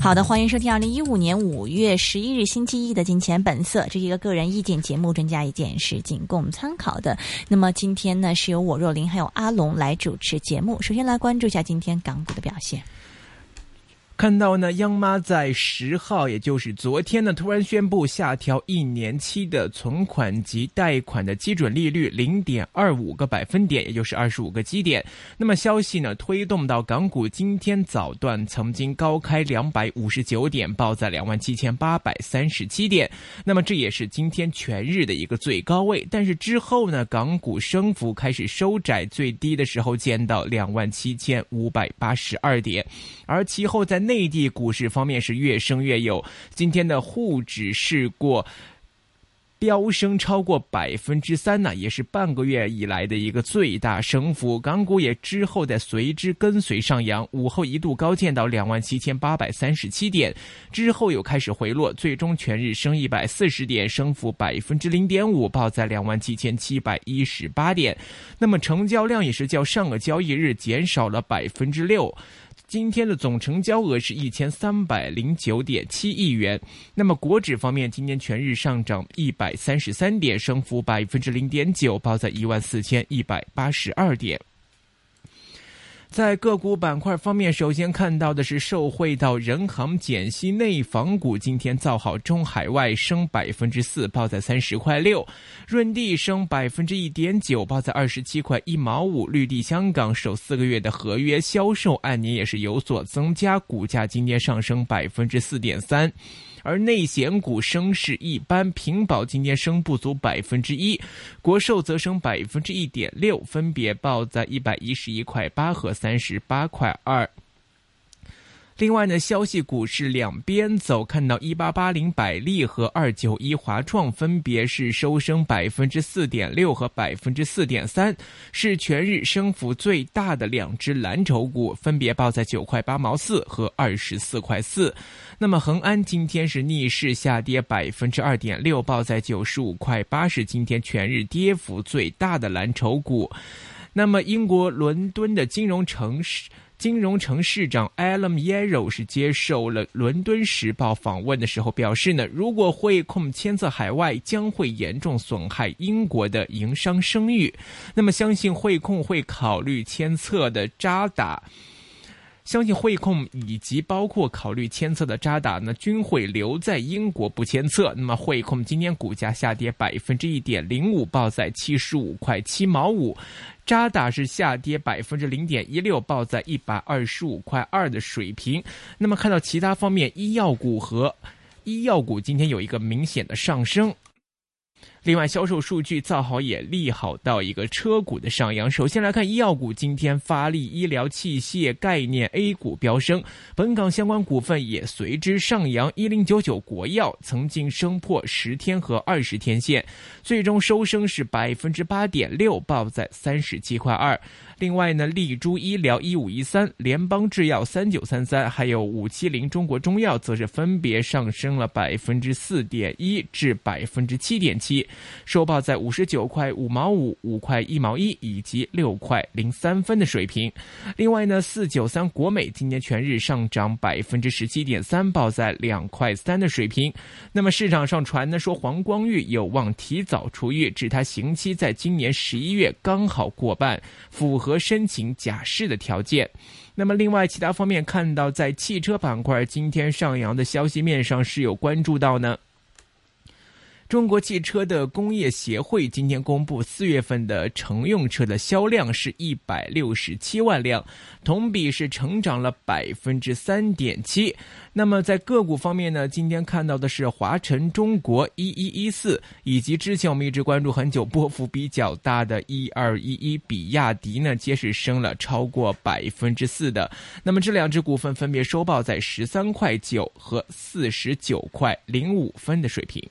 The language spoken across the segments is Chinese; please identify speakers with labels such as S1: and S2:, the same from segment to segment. S1: 好的，欢迎收听二零一五年五月十一日星期一的《金钱本色》，这是一个个人意见节目，专家意见是仅供参考的。那么今天呢，是由我若琳还有阿龙来主持节目。首先来关注一下今天港股的表现。
S2: 看到呢，央妈在十号，也就是昨天呢，突然宣布下调一年期的存款及贷款的基准利率零点二五个百分点，也就是二十五个基点。那么消息呢，推动到港股今天早段曾经高开两百五十九点，报在两万七千八百三十七点。那么这也是今天全日的一个最高位。但是之后呢，港股升幅开始收窄，最低的时候见到两万七千五百八十二点，而其后在内地股市方面是越升越有。今天的沪指试过。飙升超过百分之三呢，也是半个月以来的一个最大升幅。港股也之后在随之跟随上扬，午后一度高见到两万七千八百三十七点，之后又开始回落，最终全日升一百四十点，升幅百分之零点五，报在两万七千七百一十八点。那么成交量也是较上个交易日减少了百分之六。今天的总成交额是一千三百零九点七亿元。那么国指方面，今天全日上涨一百三十三点，升幅百分之零点九，报在一万四千一百八十二点。在个股板块方面，首先看到的是受惠到人行减息，内房股今天造好，中海外升百分之四，报在三十块六；润地升百分之一点九，报在二十七块一毛五。绿地香港首四个月的合约销售按年也是有所增加，股价今天上升百分之四点三。而内险股升势一般，平保今天升不足百分之一，国寿则升百分之一点六，分别报在一百一十一块八和三十八块二。另外呢，消息股是两边走，看到一八八零百利和二九一华创分别是收升百分之四点六和百分之四点三，是全日升幅最大的两只蓝筹股，分别报在九块八毛四和二十四块四。那么恒安今天是逆势下跌百分之二点六，报在九十五块八，是今天全日跌幅最大的蓝筹股。那么英国伦敦的金融城市。金融城市长 Alan Yarrow 是接受了《伦敦时报》访问的时候表示呢，如果汇控牵涉海外，将会严重损害英国的营商声誉。那么，相信汇控会考虑牵涉的渣打。相信汇控以及包括考虑牵测的渣打呢，均会留在英国不牵测。那么汇控今天股价下跌百分之一点零五，报在七十五块七毛五；渣打是下跌百分之零点一六，报在一百二十五块二的水平。那么看到其他方面，医药股和医药股今天有一个明显的上升。另外，销售数据造好也利好到一个车股的上扬。首先来看医药股，今天发力医疗器械概念 A 股飙升，本港相关股份也随之上扬。一零九九国药曾经升破十天和二十天线，最终收升是百分之八点六，报在三十七块二。另外呢，丽珠医疗一五一三、联邦制药三九三三，还有五七零中国中药，则是分别上升了百分之四点一至百分之七点七。收报在五十九块五毛五、五块一毛一以及六块零三分的水平。另外呢，四九三国美今天全日上涨百分之十七点三，报在两块三的水平。那么市场上传呢说黄光裕有望提早出狱，指他刑期在今年十一月刚好过半，符合申请假释的条件。那么，另外其他方面，看到在汽车板块今天上扬的消息面上是有关注到呢。中国汽车的工业协会今天公布，四月份的乘用车的销量是一百六十七万辆，同比是成长了百分之三点七。那么在个股方面呢，今天看到的是华晨中国一一一四，以及之前我们一直关注很久波幅比较大的一二一一比亚迪呢，皆是升了超过百分之四的。那么这两只股份分别收报在十三块九和四十九块零五分的水平。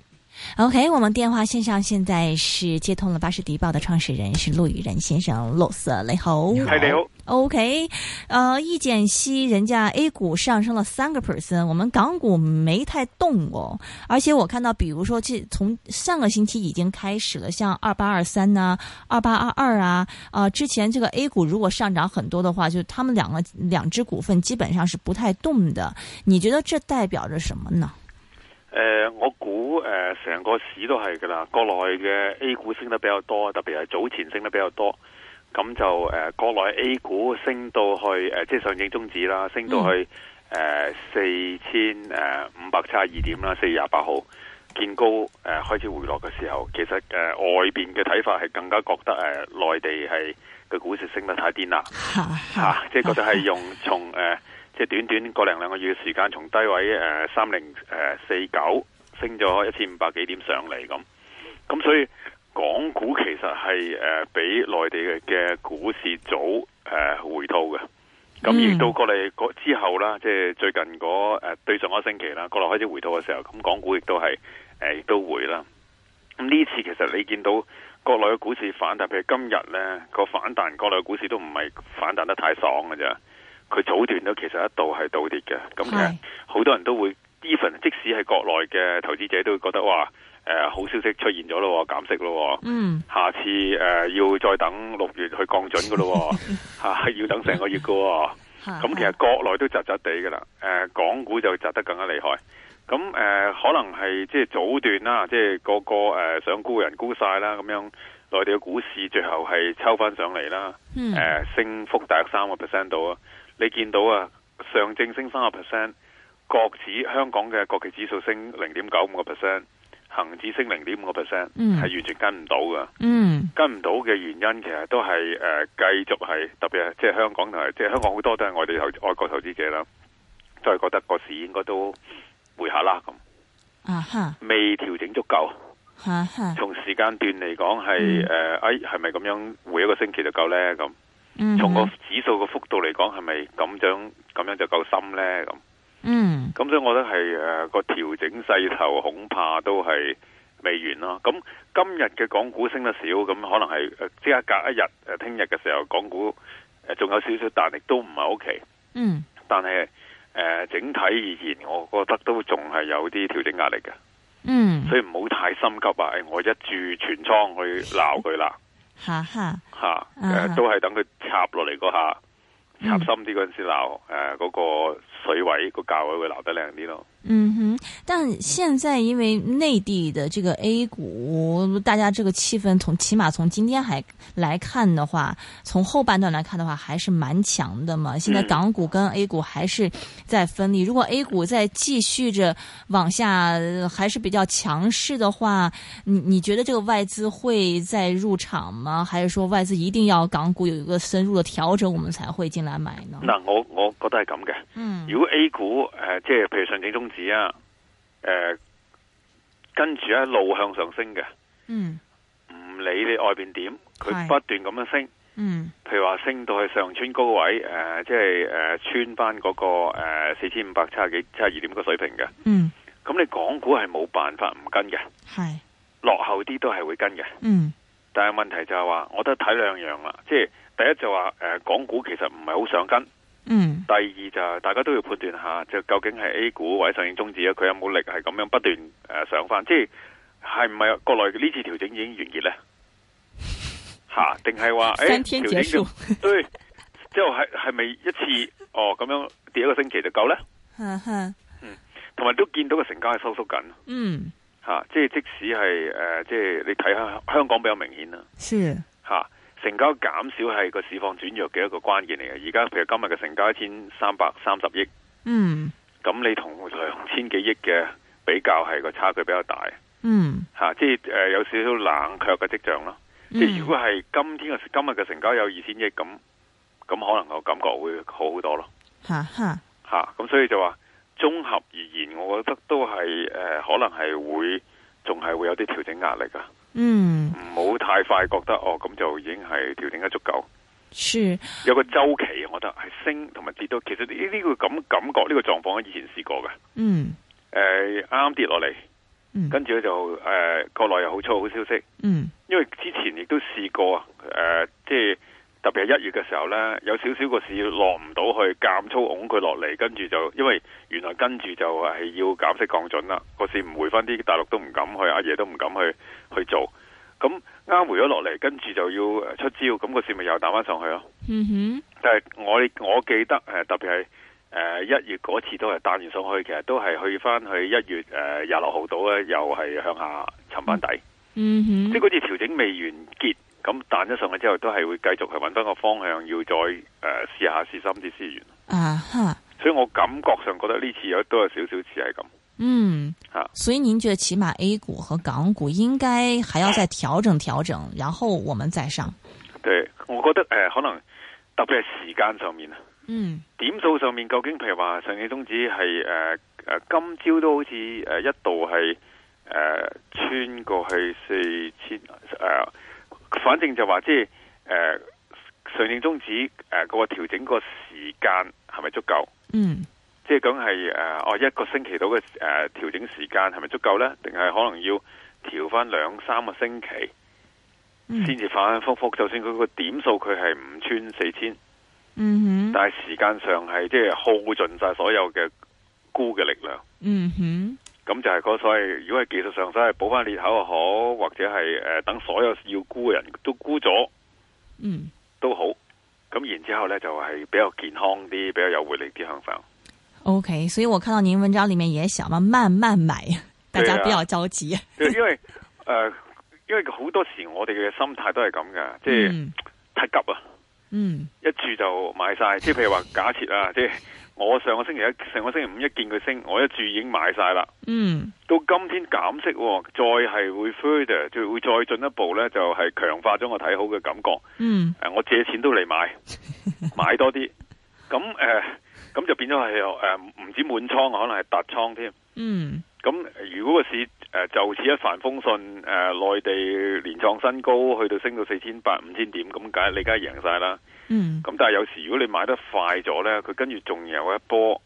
S1: OK，我们电话线上现在是接通了巴士迪报的创始人是陆羽仁先生，陆 Sir，你好。
S3: 係你好，
S1: OK，呃，易建熙人家 A 股上升了三个 percent，我们港股没太动哦。而且我看到，比如说这从上个星期已经开始了，像二八二三呐、二八二二啊，呃，之前这个 A 股如果上涨很多的话，就他们两个两只股份基本上是不太动的。你觉得这代表着什么呢？
S3: 诶、呃我估诶，成、個市都係噶啦，國內嘅 A 股升得比較多，特別係早前升得比較多。咁就诶、呃，國內 A 股升到去诶、呃即係上證中指啦，升到去诶四千诶五百七十二點啦，四月廿八號見高诶、呃、開始回落嘅時候，其實诶、呃外邊嘅睇法係更加覺得诶、呃、內地係嘅股市升得太癲啦。
S1: 哈
S3: 吓、
S1: 哈，
S3: 啊即係覺得係用從诶、呃 即係短短個零兩個月嘅時間，從低位诶三零诶四九升咗一千五百幾點上嚟咁，咁所以港股其實係诶、呃比內地嘅嘅股市早诶、呃回吐嘅。咁
S1: 嗯
S3: 而到過嚟嗰之後啦，即係最近嗰誒、呃、對上嗰個星期啦，國內開始回吐嘅時候，咁港股亦都係誒亦都回啦。咁呢次其實你見到國內嘅股市反彈，譬如今日呢個反彈，國內嘅股市都唔係反彈得太爽嘅啫。佢早段都其實一度係倒跌嘅，咁其實
S1: 係
S3: 好多人都會 even 即使係國內嘅投資者都會覺得哇，誒、好消息出現咗咯喎，減息咯喎。
S1: 嗯
S3: 下次誒、要再等六月去降準噶咯 喎，嚇、要等成個月噶喎。
S1: 哈，
S3: 咁其實國內都窒窒地噶啦，誒、港股就窒得更加厲害。咁誒、可能係即係早段啦，即係個個誒、想沽嘅人沽晒啦，咁樣內地嘅股市最後係抽翻上嚟啦。
S1: 嗯
S3: 誒、升幅大約三個 percent 到啊。你見到啊，上證升三個 percent，國指香港嘅國企指數升零點九五個 percent，恒指升零點五個 percent，
S1: 嗯
S3: 係完全跟唔到噶。
S1: 嗯
S3: 跟唔到嘅原因，其實都係誒、呃、繼續係特別係即係香港同埋即係香港好多都係外地投外國投資者啦，都係覺得個市應該都回下啦咁，
S1: 啊哈
S3: 未調整足夠。
S1: 哈哈，
S3: 從時間段嚟講係誒，哎係咪咁樣回一個星期就夠呢？咁
S1: 嗯
S3: 從個指數嘅幅度嚟講，係咪咁樣咁樣就夠深呢？咁
S1: 嗯
S3: 咁所以我覺得係誒呃個調整勢頭恐怕都係未完咯。咁今日嘅港股升得少，咁可能係誒即刻隔一日誒，聽日嘅時候港股誒仲有少少彈力都唔係好奇，
S1: 嗯
S3: 但係誒、呃整體而言，我覺得都仲係有啲調整壓力嘅，
S1: 嗯，
S3: 所以唔好太心急啊！誒我一注全倉去鬧佢啦，
S1: 哈哈，
S3: 嚇、
S1: 嗯
S3: 誒都係等佢插落嚟嗰下。插深啲嗰陣時鬧，誒、呃嗰、個水位、個價位會鬧得靚啲咯。
S1: 嗯哼。但现在因为内地的这个 A 股，大家这个气氛从起码从今天还来看的话，从后半段来看的话，还是蛮强的嘛。现在港股跟 A 股还是在分离，如果 A 股再继续着往下，呃还是比较强势的话，你你觉得这个外资会再入场吗？还是说外资一定要港股有一个深入的调整，我们才会进来买呢？
S3: 嗱、我我覺得係咁嘅。
S1: 嗯
S3: 如果 A 股誒、呃即係譬如上證中指啊，誒、跟住一路向上升嘅，
S1: 嗯
S3: 唔理你外邊點，
S1: 係
S3: 佢不斷咁樣升。
S1: 嗯
S3: 譬如話升到去上穿高位，誒、即係誒、呃穿翻嗰、個呃四千五百七十幾七十二點個水平嘅。
S1: 嗯，
S3: 咁你港股係冇辦法唔跟嘅，
S1: 系
S3: 落後啲都係會跟嘅。
S1: 嗯。
S3: 但係問題就係話，我覺得睇兩樣啦，即係第一就話誒、呃港股其實唔係好想跟。
S1: 嗯
S3: 第二就係大家都要判斷下，就究竟係 A 股或者上證中指啊，佢有冇力係咁樣不斷诶上翻，即係係唔係國內呢次調整已經 完結呢？吓、定係話诶
S1: 三天結束
S3: 調整咗對，之後係係咪一次哦咁樣跌一個星期就夠呢？
S1: 哼哼，
S3: 同埋都見到個成交係收縮緊
S1: 嗯，
S3: 吓、嚇即係即使係诶、呃即係你睇下香港比較明顯啦。
S1: 是，
S3: 吓、成交減少係個市況轉弱嘅一個關鍵嚟嘅。而家譬如今日嘅成交一千三百三十億。
S1: 嗯
S3: 咁你同兩千幾億嘅比較係個差距比較大
S1: 嗯
S3: 嚇、即係誒、呃有少少冷卻嘅跡象咯。即係
S1: 嗯，
S3: 如果係今天嘅今日嘅成交有二千億咁，咁可能個感覺會好好多咯
S1: 哈哈，
S3: 嚇。咁、所以就話綜合而言，我覺得都係誒、呃可能係會仲係會有啲調整壓力啊，
S1: 嗯
S3: 唔好太快覺得哦咁就已經係調整得足夠。
S1: 是，
S3: 有個周期，我覺得嗯哦係升同埋跌都，其實呢呢個咁感覺呢、個狀況，我以前試過嘅。
S1: 嗯
S3: 诶啱啱跌落嚟，
S1: 嗯
S3: 跟住咧就誒、呃、國內又好出好消息，
S1: 嗯
S3: 因為之前亦都試過啊，誒、即係特別係一月嘅時候咧，有少少個市落唔到去，減粗拱佢落嚟，跟住就因為原來跟住就係要減息降準啦，個市唔回翻啲，大陸都唔敢去，阿爺都唔敢去去做，咁啱回咗落嚟，跟住就要呃出招，咁、個市咪又打翻上去咯。
S1: 嗯哼，
S3: 但係我我記得誒，特別係誒一月嗰次都係彈完上去，其實都係去翻去一月誒廿六號到咧，又係向下沉翻底，
S1: 嗯哼，
S3: 即係嗰次調整未完結，咁彈咗上去之後都係會繼續去揾翻個方向，要再誒、呃、試下試深啲試完。
S1: 啊哈，
S3: 所以我感覺上覺得呢次有都有少少似係咁。
S1: 嗯
S3: 啊，
S1: 所以您觉得起码 A 股和港股应该还要再调整调整，然后我们再上。
S3: 對，我覺得誒、呃可能特別係時間上面啊。
S1: 嗯
S3: 點數上面究竟，譬如話上證綜指係誒誒，今朝都好似誒、呃一度係誒、呃穿過去四千誒、呃反正就話即係誒上證綜指誒嗰個調整個時間係咪足夠？
S1: 嗯
S3: 即係梗係誒哦一個星期到嘅誒調整時間係咪足夠呢？定係可能要調翻兩三個星期先
S1: 嗯
S3: 至反反覆覆？就算佢個點數佢係唔穿四千。
S1: 嗯哼，
S3: 但係時間上係即係耗盡晒所有嘅沽嘅力量，
S1: 嗯哼，
S3: 咁就係嗰所謂如果係技術上真係補翻裂口又好，或者係诶、呃等所有要沽嘅人都沽咗
S1: 嗯。
S3: 都好，咁然之后啊咧就係比較健康啲，比較有活力啲向上。
S1: OK，所以我看到您文章里面也想嘛，慢慢买，大家不要着急。
S3: 因為因為诶、呃因為好多時我哋嘅心態都係咁噶，即係
S1: 嗯
S3: 太急啊！
S1: 嗯
S3: 一注就買晒，即係譬如話假設啊，即係我上個星期一、上個星期五一見佢升，我一注已經買晒啦。
S1: 嗯
S3: 到今天減息喎，再係會 further，就會再進一步呢，就係、強化咗我睇好嘅感覺。
S1: 嗯
S3: 誒，我借錢都嚟買，買多啲。咁誒，呃咁、就變咗係誒唔止滿倉，可能係突倉添。
S1: 嗯
S3: 咁呃如果個市誒、呃就似一帆風順，誒、內地連創新高，去到升到四千八、五千點，咁梗係你梗係贏晒啦。
S1: 嗯
S3: 咁但係有時如果你買得快咗呢，佢跟住仲有一波誒、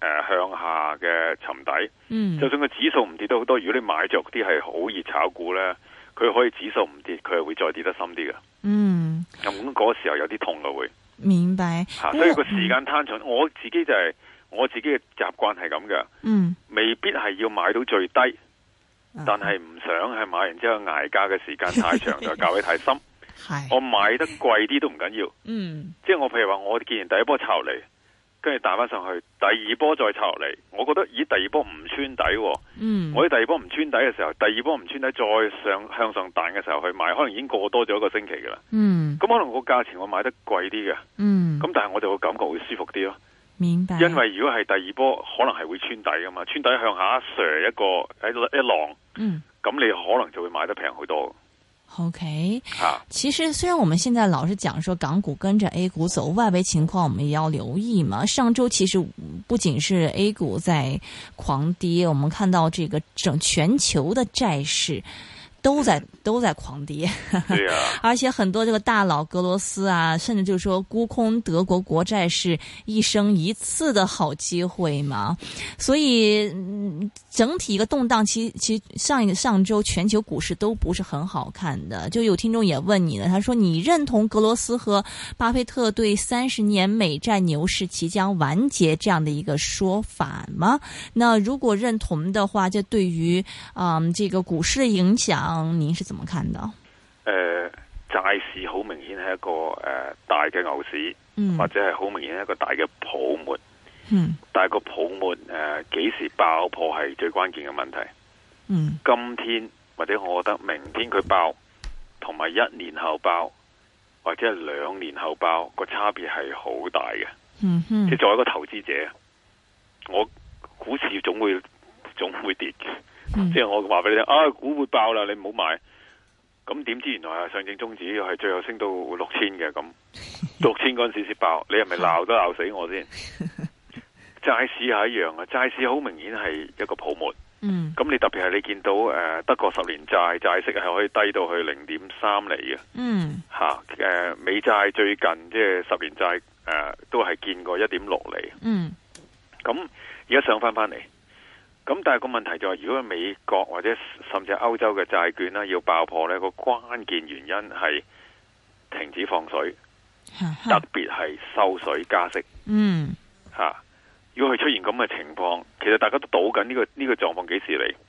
S3: 呃向下嘅沉底。就
S1: 嗯
S3: 算個指數唔跌得好多，如果你買着啲係好熱炒股呢，佢可以指數唔跌，佢係會再跌得深啲嘅。
S1: 嗯，
S3: 咁嗰時候有啲痛嘅會
S1: 明白。
S3: 嚇，所以個時間攤長，我自己就係、我自己嘅習慣係咁嘅，
S1: 嗯，
S3: 未必係要買到最低，
S1: 嗯
S3: 但係唔想係買完之後捱價嘅時間太 長，就價位太深。
S1: 嗨，
S3: 我買得貴啲都唔緊要，
S1: 嗯
S3: 即係我譬如話，我既然第一波插落嚟，跟住彈翻上去，第二波再插落嚟，我覺得咦第二波唔穿底喎、
S1: 嗯，
S3: 我喺第二波唔穿底嘅時候，第二波唔穿底再上向上彈嘅時候去買，可能已經過多咗一個星期㗎啦。
S1: 嗯
S3: 咁可能個價錢我買得貴啲嘅，
S1: 嗯，
S3: 咁但係我就會感覺會舒服啲咯。
S1: 明白。
S3: 因為如果係第二波，可能係會穿底噶嘛，穿底向下射一個一一浪，
S1: 嗯
S3: 咁你可能就會買得平好多
S1: ，OK。
S3: 嚇。啊
S1: 其实虽然我们现在老是讲说港股跟着 A 股走，外围情况我们也要留意嘛。上周其实不仅是 A 股在狂跌，我们看到这个整全球的债市都在都在狂跌。
S3: 對啊，
S1: 而且很多这个大佬格罗斯啊，甚至就是说沽空德国国债是一生一次的好机会嘛。所以、嗯、整体一个动荡期，其实上一个上周全球股市都不是很好看的。就有听众也问你了，他说你认同格罗斯和巴菲特对三十年美债牛市即将完结这样的一个说法吗？那如果认同的话，这对于嗯这个股市的影响，您是怎么看的？
S3: 誒、債市好明顯係一個誒、呃大嘅牛市，
S1: 嗯
S3: 或者係好明顯係一個大嘅泡沫，
S1: 嗯。
S3: 但係個泡沫誒幾、時爆破係最關鍵嘅問題。
S1: 嗯
S3: 今天或者我覺得明天佢爆，同埋一年後爆，或者係兩年後爆，個差別係好大嘅。
S1: 嗯
S3: 即
S1: 哼，
S3: 係作為一個投資者，我股市總會 總會跌嘅。
S1: 嗯
S3: 即係我話俾你聽，啊股會爆啦，你唔好買。咁點知原來係上證中指係最後升到六千 嘅咁，六千嗰陣時先爆，你係咪鬧都鬧死我 先？債市係一樣嘅，債市好明顯係一個泡沫。
S1: 嗯
S3: 咁你特別係你見到誒、呃德國十年債債息係可以低到去零點三厘嘅
S1: 嗯
S3: 嚇，誒、美債最近即係十年債誒、呃都係見過一點六厘，
S1: 嗯
S3: 咁而家上翻翻嚟，咁但係個問題就係、如果美國或者甚至係歐洲嘅債券啦要爆破呢個關鍵原因係停止放水，
S1: 哈
S3: 特
S1: 哈
S3: 別係收水加息
S1: 嗯
S3: 吓、嚇如果佢出現咁嘅情況，其實大家都賭緊呢個呢、個狀況幾時嚟？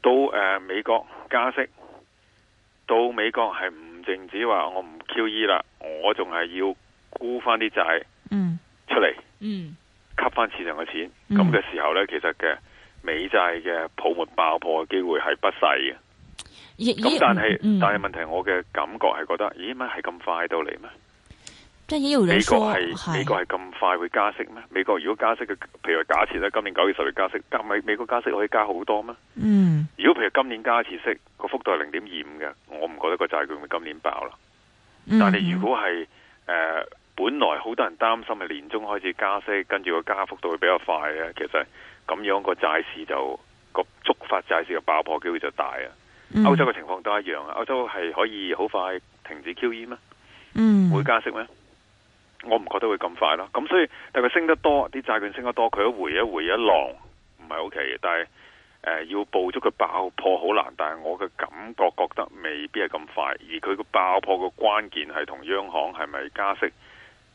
S3: 到诶、呃美國加息，到美國係唔淨止話我唔 QE 啦，我仲係要沽翻啲債
S1: 嗯
S3: 出嚟。
S1: 嗯
S3: 吸翻市場嘅錢，
S1: 嗯
S3: 咁嘅、時候呢，其實嘅美債嘅泡沫爆破嘅機會係不細嘅。
S1: 也
S3: 咁
S1: 也
S3: 但係、
S1: 嗯，
S3: 但係問題，我嘅感覺係覺得，咦乜係咁快到嚟咩？
S1: 但也有
S3: 美
S1: 人
S3: 國
S1: 說，
S3: 係
S1: 嗨
S3: 美國係咁快會加息咩？美國如果加息嘅，譬如話假設咧，啊今年九月十月加息，加美美國加息可以加好多咩？
S1: 嗯
S3: 如果譬如今年加一次息，個幅度係零點二五嘅，我唔覺得個債券會今年爆啦。
S1: 嗯，
S3: 但係如果係誒、呃本來好多人擔心係年中開始加息，跟住個加幅度會比較快嘅，其實咁樣個債市就個觸發債市嘅爆破機會就大啊！
S1: 嗯
S3: 歐洲嘅情況都一樣啊，歐洲係可以好快停止 QE 咩？
S1: 嗯
S3: 會加息咩？我唔覺得會咁快咯。咁所以，但係佢升得多，啲債券升得多，佢一回一回一浪，唔係好奇嘅。但係誒、呃要捕捉佢爆破好難。但係我嘅感覺覺得未必係咁快，而佢個爆破嘅關鍵係同央行係咪加息，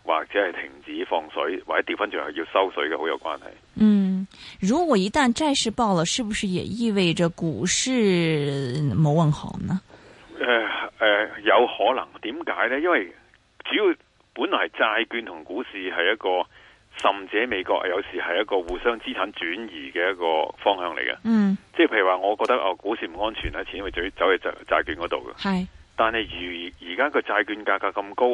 S3: 或者係停止放水，或者調翻轉係要收水嘅好有關係。
S1: 嗯，如果一旦债市爆了，是不是也意味着股市冇運行呢？
S3: 誒、呃有可能點解呢？因為主要本來債券同股市係一個，甚至喺美國有時係一個互相資產轉移嘅一個方向嚟嘅。
S1: 嗯，
S3: 即係譬如話，我覺得哦，股市唔安全啦，錢會走走去債債券嗰度嘅。
S1: 係，
S3: 但係如而家個債券價格咁高，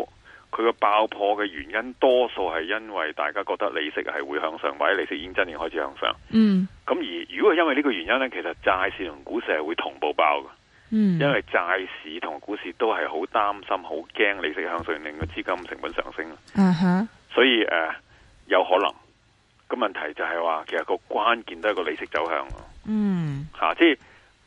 S3: 佢個爆破嘅原因多數係因為大家覺得利息係會向上，或者利息已經真正開始向上。
S1: 嗯
S3: 咁而如果係因為呢個原因呢，其實債市同股市係會同步爆嘅。
S1: 嗯，
S3: 因為債市同股市都係好擔心、好驚利息向上，令個資金成本上升，
S1: 嗯哼，
S3: 所以誒、呃有可能。咁問題就係話，其實個關鍵都係個利息走向咯
S1: 嗯
S3: 嚇、即係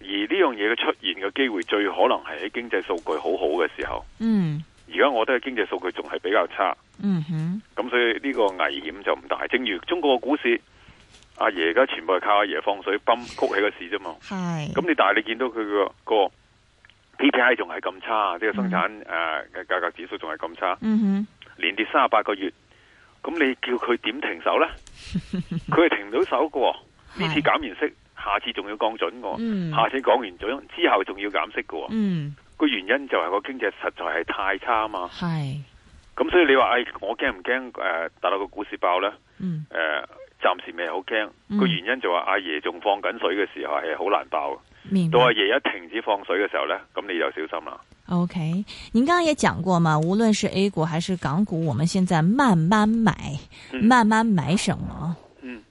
S3: 而呢樣嘢嘅出現嘅機會，最可能係喺經濟數據好好嘅時候。
S1: 嗯
S3: 而家我覺得經濟數據仲係比較差，
S1: 嗯哼，
S3: 咁所以呢個危險就唔大。正如中國嘅股市，阿爺而家全部係靠阿爺放水泵谷起個市啫嘛。
S1: 係，
S3: 咁你但係你見到佢個個 PPI 仲係咁差，即係生產誒嘅價格指數仲係咁差，
S1: 嗯哼，
S3: 連跌三十八個月，咁你叫佢點 停手呢？佢係停唔到手嘅喎，呢次減完息，下次仲要降準嘅喎，
S1: 嗯
S3: 下次降完準之後仲要減息嘅喎，
S1: 嗯
S3: 個原因就係個經濟實在係太差啊嘛。
S1: 係，
S3: 咁所以你話誒、哎我驚唔驚誒大陸個股市爆呢？
S1: 嗯
S3: 誒、暫時未係好
S1: 嗯
S3: 驚，個原因就話阿爺仲放緊水嘅時候係好難爆嘅。
S1: 明白
S3: 到。阿爺一停止放水嘅時候呢，咁你就小心啦。
S1: OK，您刚刚也讲过嘛，无论是 A 股还是港股，我们现在慢慢买，
S3: 嗯
S1: 慢慢买什么？
S3: 嗯，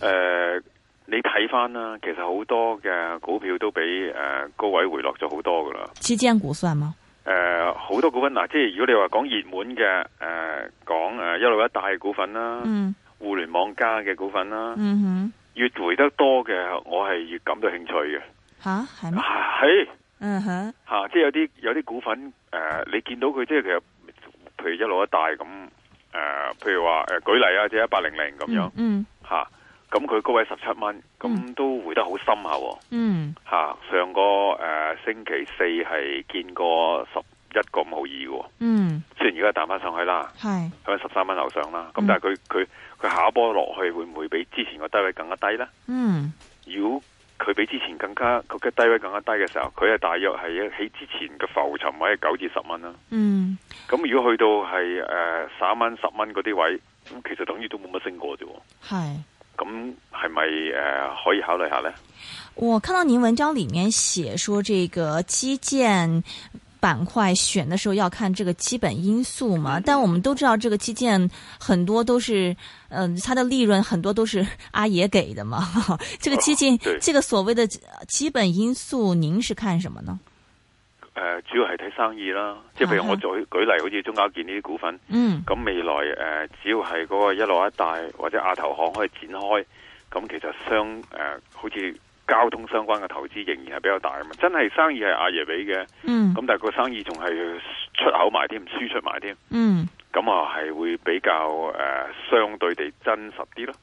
S3: 诶、你睇翻啦，其實好多嘅股票都比诶、呃高位回落咗好多噶啦。
S1: 基建股算吗？
S3: 诶、好多股份嗱，即係如果你話講熱門嘅诶，讲、诶一路一帶嘅股份啦，
S1: 嗯
S3: 互聯網加嘅股份啦，
S1: 嗯哼，
S3: 越回得多嘅，我係越感到興趣嘅。
S1: 吓，还
S3: 啊
S1: 吗？
S3: 係
S1: 嗯哼，
S3: 吓、即係有啲有啲股份诶、呃你見到佢即係其實譬如一路一帶咁诶、呃譬如話诶、呃、举例啊，即係一八零零咁樣。
S1: 嗯
S3: 吓，咁佢高位十七蚊，
S1: 嗯
S3: 咁都回得好深下喎
S1: 嗯
S3: 吓、上個诶、呃星期四係見過十一個五毫二嘅喎，
S1: 嗯，
S3: 雖然而家彈翻上去啦，
S1: 系，
S3: 向十三蚊樓上啦，咁
S1: 嗯
S3: 但係佢佢佢下一波落去會唔會比之前個低位更加低呢？
S1: 嗯
S3: 如果佢比之前更加佢嘅低位更加低嘅時候，佢係大約係喺之前嘅浮沉位係九至十蚊啦。
S1: 嗯
S3: 咁如果去到係诶三蚊十蚊嗰啲位，咁其實等於都冇乜升過啫喎。
S1: 系。
S3: 咁係咪诶可以考慮下呢？
S1: 我看到您文章里面写说，这个基建板块选的时候要看这个基本因素嘛。但我们都知道，这个基建很多都是，嗯、它的利润很多都是阿爷给的嘛。这个基建，
S3: 哦对
S1: 这个所谓的呃基本因素，您是看什么呢？
S3: 誒、呃主要係睇生意啦，即係譬如我
S1: 嗯
S3: 舉舉例，好似中交建呢啲股份，
S1: 嗯
S3: 咁未來誒、只要係嗰個一路一帶或者亞投行可以展開，咁其實相誒、呃好似交通相關嘅投資仍然係比較大啊嘛，真係生意係阿爺俾嘅，
S1: 嗯
S3: 咁但係個生意仲係出口埋添，輸出埋添，
S1: 嗯，
S3: 呃咁啊係會比較誒、相對地真實啲咯。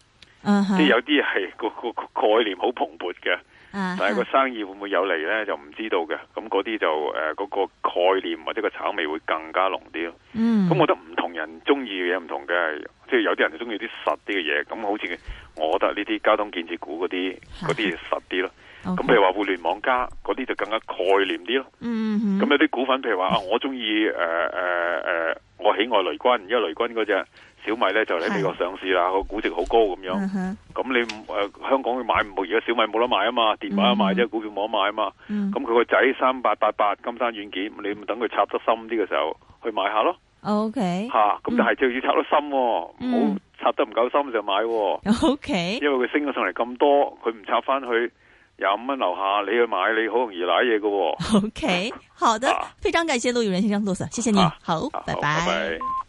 S1: 嗯
S3: 即係
S1: 哼，
S3: 有啲係個個個概念好蓬勃嘅，
S1: 啊
S3: 但係個
S1: 哈，
S3: 生意會唔會有嚟呢？就唔知道嘅。咁嗰啲就誒嗰、個概念或者個炒味會更加濃啲咯。
S1: 嗯，
S3: 咁我覺得唔同人中意嘅嘢唔同嘅，即係有啲人就中意啲實啲嘅嘢。咁好似我覺得呢啲交通建設股嗰啲
S1: 啊
S3: 嗰啲實啲咯。咁
S1: OK，
S3: 譬如話互聯網加嗰啲就更加概念啲咯。
S1: 嗯嗯
S3: 咁
S1: 嗯，
S3: 有啲股份，譬如話啊，我中意誒誒誒，我喜愛雷軍，因為雷軍嗰只小米咧就喺美國上市啦，個估值好高咁樣。
S1: 嗯哼，
S3: 咁你誒、呃香港去買唔到，而家小米冇得買啊嘛，電話買啫，股票冇得買啊嘛。
S1: 嗯
S3: 咁佢個仔三八八八金山軟件，你咪等佢插得深啲嘅時候去買下咯
S1: ，OK，
S3: 嚇。咁但係就要插得深喎，唔好
S1: 嗯
S3: 插得唔夠深就買喎。
S1: ，OK，
S3: 因為佢升咗上嚟咁多，佢唔插翻去廿五蚊樓下，你去買你好容易舐嘢嘅喎。
S1: OK，好的
S3: 啊，
S1: 非常感谢陆宇仁先生，陆 Sir，谢谢您
S3: 啊，
S1: 好
S3: 啊好，
S1: 拜
S3: 拜拜